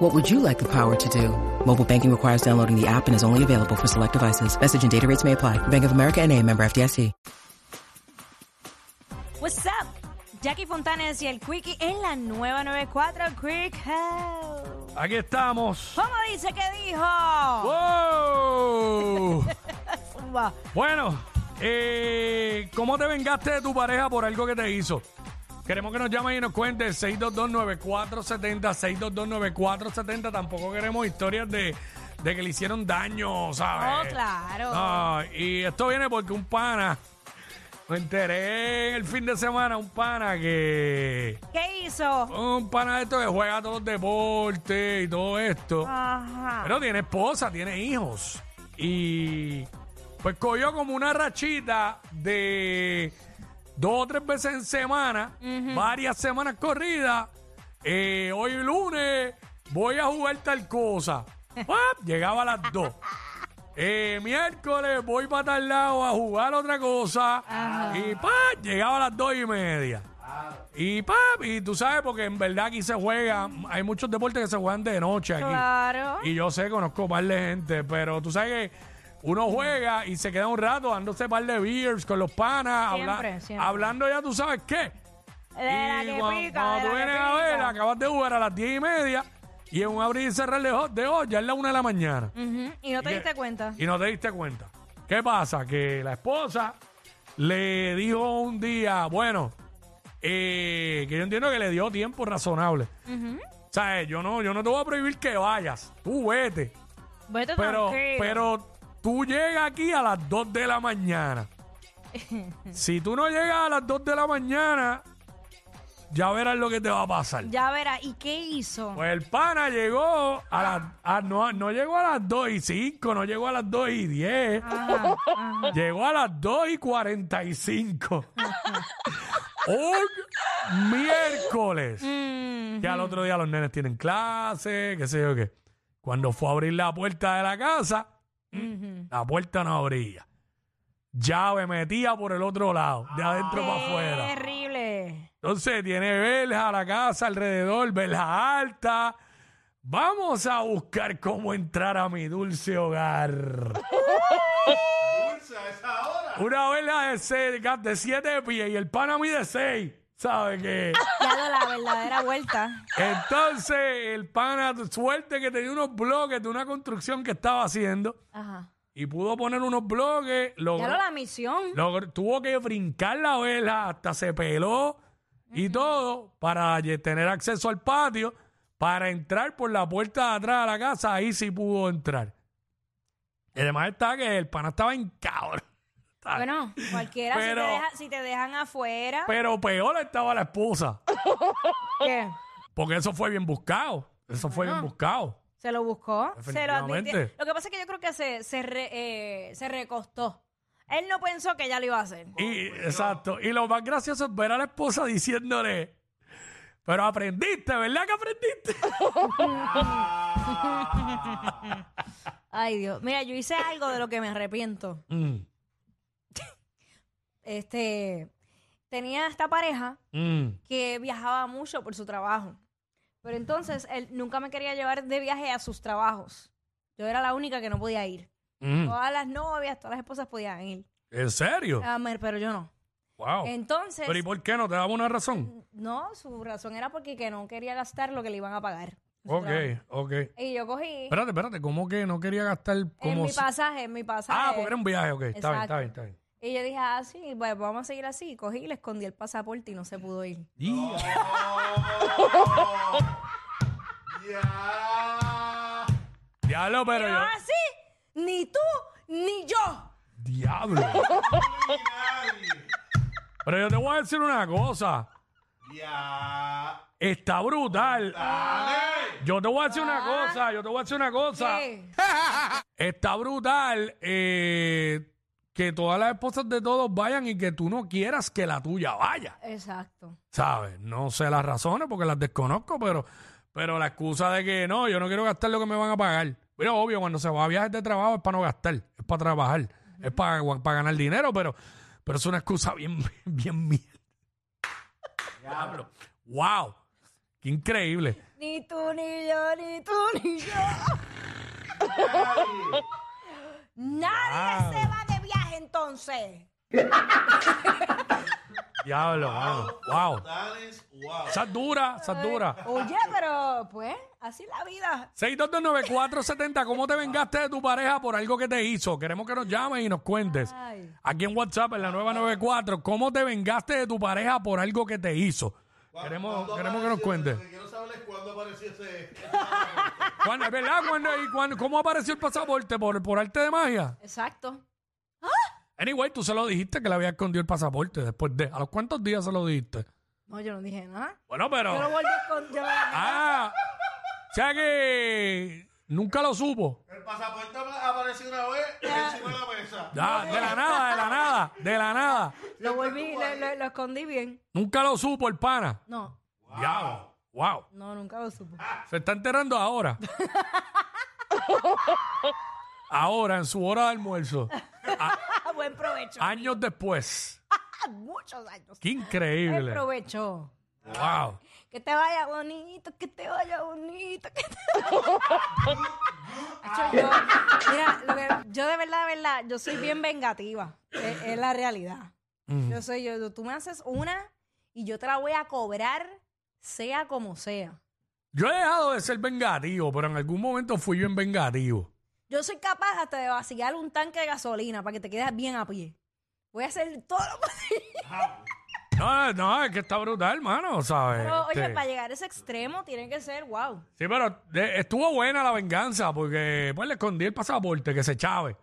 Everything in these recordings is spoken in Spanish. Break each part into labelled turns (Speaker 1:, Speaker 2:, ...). Speaker 1: What would you like the power to do? Mobile banking requires downloading the app and is only available for select devices. Message and data rates may apply. Bank of America and a member FDIC.
Speaker 2: What's up? Jackie Fontanes y el Quickie en la nueva 94 Quick House.
Speaker 3: Aquí estamos.
Speaker 2: ¿Cómo dice que dijo?
Speaker 3: ¡Wow!
Speaker 2: Zumba.
Speaker 3: bueno, eh, ¿cómo te vengaste de tu pareja por algo que te hizo? Queremos que nos llamen y nos cuentes 6229470, 6229470. Tampoco queremos historias de, de que le hicieron daño,
Speaker 2: Oh,
Speaker 3: ¿sabes?
Speaker 2: claro.
Speaker 3: Eh, No, y esto viene porque un pana, me enteré en el fin de semana, un pana que...
Speaker 2: ¿Qué hizo?
Speaker 3: Un pana de esto que juega todos los deportes y todo esto.
Speaker 2: Ajá.
Speaker 3: Pero tiene esposa, tiene hijos. Y pues cogió como una rachita de dos o tres veces en semana, varias semanas corridas. Eh, hoy lunes voy a jugar tal cosa. ¡Pap! Llegaba a las dos. Eh, miércoles voy para tal lado a jugar otra cosa.
Speaker 2: Ah.
Speaker 3: Y ¡pap! llegaba a las dos y media. Y ¡pap! y tú sabes, porque en verdad aquí se juega, hay muchos deportes que se juegan de noche aquí.
Speaker 2: Claro.
Speaker 3: Y yo sé, conozco par de gente, pero tú sabes que uno juega y se queda un rato dándose par de beers con los panas, habla-
Speaker 2: Siempre, siempre.
Speaker 3: hablando ya tú sabes qué.
Speaker 2: De la
Speaker 3: y
Speaker 2: que
Speaker 3: cuando,
Speaker 2: pica,
Speaker 3: cuando
Speaker 2: de
Speaker 3: tú
Speaker 2: la
Speaker 3: vienes
Speaker 2: que
Speaker 3: a ver,
Speaker 2: pica.
Speaker 3: acabas de jugar a las 10 y media y en un abrir y cerrar de ho- de hoy ya es la una de la mañana.
Speaker 2: Ujú, Y no te
Speaker 3: Y-
Speaker 2: diste cuenta.
Speaker 3: Y no te diste cuenta. ¿Qué pasa? Que la esposa le dijo un día, bueno, eh, que yo entiendo que le dio tiempo razonable. O sea, eh, yo no, yo no te voy a prohibir que vayas. Tú vete.
Speaker 2: Vete
Speaker 3: Pero,
Speaker 2: tranquilo.
Speaker 3: pero tú llegas aquí a las 2 de la mañana. si tú no llegas a las 2 de la mañana, ya verás lo que te va a pasar.
Speaker 2: Ya verás. ¿Y qué hizo?
Speaker 3: Pues el pana llegó a las... a- no, no llegó a las 2 y 5, no llegó a las 2 y 10.
Speaker 2: Ajá, ajá.
Speaker 3: Llegó a las 2 y 45. Un miércoles.
Speaker 2: Mm,
Speaker 3: Ya al otro día los nenes tienen clase, qué sé yo qué. Cuando fue a abrir la puerta de la casa, la puerta no abría. Llave metía por el otro lado, de adentro para afuera.
Speaker 2: Terrible.
Speaker 3: Entonces tiene verja la casa alrededor, verja alta. Vamos a buscar cómo entrar a mi dulce hogar. Una verja de, seis, de siete pies y el pana mide seis. ¿Sabe qué?
Speaker 2: Ya dio la verdadera vuelta.
Speaker 3: Entonces, el pana, suerte que tenía unos bloques de una construcción que estaba haciendo
Speaker 2: Ajá.
Speaker 3: y pudo poner unos bloques.
Speaker 2: Ya
Speaker 3: logró-
Speaker 2: lo la misión.
Speaker 3: logró- tuvo que brincar la vela, hasta se peló y todo para ye- tener acceso al patio, para entrar por la puerta de atrás de la casa. Ahí sí pudo entrar. Y además está que el pana estaba en cabra.
Speaker 2: Bueno, cualquiera si te
Speaker 3: Pero-
Speaker 2: deja- si te dejan afuera.
Speaker 3: Pero peor estaba la esposa,
Speaker 2: ¿Qué?
Speaker 3: porque eso fue bien buscado. Eso fue bien buscado.
Speaker 2: Se lo buscó, se lo advirtió.
Speaker 3: Definitivamente.
Speaker 2: Lo que pasa es que yo creo que se, se, re- eh, se recostó. Él no pensó que ya lo iba a hacer.
Speaker 3: Y, exacto. Y lo más gracioso es ver a la esposa diciéndole, pero aprendiste, ¿verdad que aprendiste?
Speaker 2: Ay, Dios. Mira, yo hice algo de lo que me arrepiento.
Speaker 3: Mm,
Speaker 2: Este, tenía esta pareja
Speaker 3: mm.
Speaker 2: que viajaba mucho por su trabajo. Pero entonces él nunca me quería llevar de viaje a sus trabajos. Yo era la única que no podía ir.
Speaker 3: Mm.
Speaker 2: Todas las novias, todas las esposas podían ir.
Speaker 3: ¿En serio?
Speaker 2: Ah, mer- pero yo no.
Speaker 3: wow.
Speaker 2: Entonces,
Speaker 3: pero ¿y por qué no? ¿Te daba una razón?
Speaker 2: no, su razón era porque que no quería gastar lo que le iban a pagar. en su
Speaker 3: Ok,
Speaker 2: trabajo.
Speaker 3: ok.
Speaker 2: Y yo cogí
Speaker 3: Espérate, espérate, ¿cómo que no quería gastar
Speaker 2: en
Speaker 3: como...
Speaker 2: mi
Speaker 3: si-
Speaker 2: pasaje, en mi pasaje.
Speaker 3: ah, porque era un viaje, ok. Está
Speaker 2: Exacto.
Speaker 3: bien, está bien, está bien.
Speaker 2: Y yo dije, ah, sí, pues vamos a seguir así. Cogí y le escondí el pasaporte y no se pudo ir.
Speaker 3: Y- Diablo, pero
Speaker 2: Pero
Speaker 3: yo...
Speaker 2: así, "Ah, ni tú, ni yo.
Speaker 3: Diablo. pero yo te voy a decir una cosa.
Speaker 4: Ya.
Speaker 3: Está brutal. Yo te voy a decir una
Speaker 2: Ah. Eh,
Speaker 3: cosa, yo te voy a decir una cosa.
Speaker 2: ¿Qué?
Speaker 3: Está brutal eh, que todas las esposas de todos vayan y que tú no quieras que la tuya vaya.
Speaker 2: Exacto.
Speaker 3: ¿Sabes? No sé las razones porque las desconozco, pero, pero la excusa de que no, yo no quiero gastar lo que me van a pagar. Pero obvio, cuando se va a viajes de trabajo es para no gastar, es para trabajar, es para, para ganar dinero, pero, pero es una excusa bien, bien, bien. Diablo. ¡Wow! ¡Qué increíble!
Speaker 2: Ni tú, ni yo, ni tú, ni yo. Nadie se va de viaje entonces.
Speaker 3: Diablo, mano. Wow.
Speaker 4: Tales, wow.
Speaker 3: Esa es dura, esa es dura.
Speaker 2: Oye, pero pues, así es la vida.
Speaker 3: 6229470, ¿cómo te vengaste de tu pareja por algo que te hizo? Queremos que nos llames y nos cuentes.
Speaker 2: Ay.
Speaker 3: Aquí en WhatsApp, en la 994, ¿cómo te vengaste de tu pareja por algo que te hizo? Queremos,
Speaker 4: ¿Cuándo
Speaker 3: queremos que nos
Speaker 4: apareció?
Speaker 3: cuentes.
Speaker 4: Lo que quiero saber es cuándo apareció ese.
Speaker 3: ¿Cuándo- es ¿Verdad? ¿Cuándo, y cuándo- ¿Cómo apareció el pasaporte? ¿Por, ¿Por arte de magia?
Speaker 2: Exacto.
Speaker 3: Anyway, tú se lo dijiste que le había escondido el pasaporte después de... ¿A los cuántos días se lo dijiste?
Speaker 2: No, yo no dije nada.
Speaker 3: Bueno,
Speaker 2: Yo lo
Speaker 3: pero...
Speaker 2: volví a esconder. yo lo-
Speaker 3: Ah, o sea que nunca lo supo.
Speaker 4: El pasaporte apareció una vez encima de la mesa.
Speaker 3: Ya, de la nada, de la nada, de la nada.
Speaker 2: Lo volví, lo, lo- lo escondí bien.
Speaker 3: Nunca lo supo el pana.
Speaker 2: No,
Speaker 3: Diablo. Wow.
Speaker 2: no, nunca lo supo.
Speaker 3: Se está enterando ahora. ahora, en su hora de almuerzo.
Speaker 2: Buen provecho.
Speaker 3: Años después.
Speaker 2: Muchos años.
Speaker 3: Qué
Speaker 2: Buen
Speaker 3: increíble.
Speaker 2: provecho.
Speaker 3: Wow.
Speaker 2: Que te vaya bonito, que te vaya bonito, que te Acho, yo- Mira, lo que- yo de verdad, de verdad, yo soy bien vengativa. E, Es, es la realidad. Yo soy yo, yo- tú me haces una y yo te la voy a cobrar sea como sea.
Speaker 3: Yo he dejado de ser vengativo, pero en algún momento fui bien vengativo.
Speaker 2: Yo soy capaz hasta de vaciar un tanque de gasolina para que te quedes bien a pie. Voy a hacer todo lo posible.
Speaker 3: No, no, es que está brutal, hermano, ¿sabes?
Speaker 2: Pero, oye,
Speaker 3: Este,
Speaker 2: para llegar a ese extremo tiene que ser, wow.
Speaker 3: Sí, pero eh, estuvo buena la venganza porque pues le escondí el pasaporte, que se chave.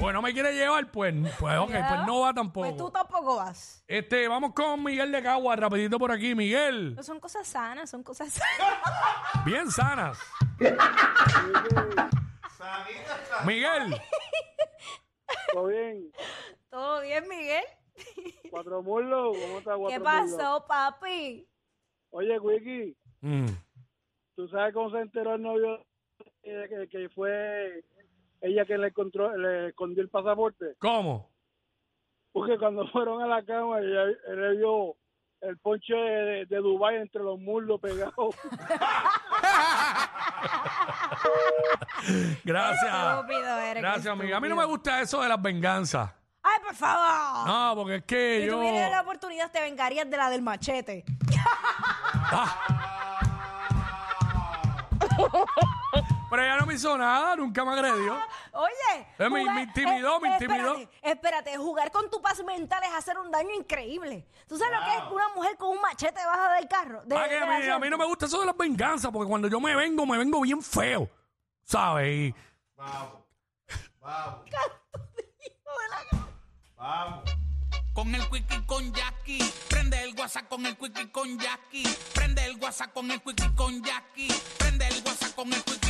Speaker 3: Pues no me quiere llevar, pues, pues ok, pues no va tampoco.
Speaker 2: Pues tú tampoco vas.
Speaker 3: Este, vamos con Miguel de Cagua, rapidito por aquí, Miguel.
Speaker 2: Pero son cosas sanas, son cosas sanas.
Speaker 3: Bien sanas.
Speaker 4: Sanita, sanita.
Speaker 3: Miguel,
Speaker 5: Todo bien.
Speaker 2: ¿Todo bien, Miguel?
Speaker 5: Cuatro muslos. ¿Cómo está Cuatro
Speaker 2: ¿Qué
Speaker 5: Muslos?
Speaker 2: pasó, papi?
Speaker 5: Oye, Wiki,
Speaker 3: Mm,
Speaker 5: ¿tú sabes cómo se enteró el novio eh, que, que fue ella quien le, encontró, le escondió el pasaporte?
Speaker 3: ¿cómo?
Speaker 5: Porque cuando fueron a la cama, ella, él le vio el ponche de, de Dubái entre los muslos pegados.
Speaker 3: Gracias.
Speaker 2: Estúpido eres, qué
Speaker 3: Gracias, amiga. A mí no
Speaker 2: estúpido.
Speaker 3: me gusta eso de las venganzas.
Speaker 2: ¡Ay, por favor!
Speaker 3: No, porque es que
Speaker 2: si
Speaker 3: yo.
Speaker 2: tuvieras la oportunidad, te vengarías de la del machete.
Speaker 3: Pero ella no me hizo nada, nunca me agredió.
Speaker 2: Oye.
Speaker 3: Eh, me- me intimidó, me intimidó.
Speaker 2: Espérate, espérate, jugar con tu paz mental es hacer un daño increíble. ¿Tú sabes lo que es que una mujer con un machete baja del carro? De-
Speaker 3: Ah, que a, mí,
Speaker 2: del
Speaker 3: a mí no me
Speaker 2: asiento?
Speaker 3: gusta eso de las venganzas, porque cuando yo me vengo, me vengo bien feo. ¿Sabes? Y-
Speaker 4: Vamos. Vamos.
Speaker 6: Con el quickie con Jackie, prende el WhatsApp con el quickie con Jackie, prende el WhatsApp con el quickie con Jackie, prende el WhatsApp con el quickie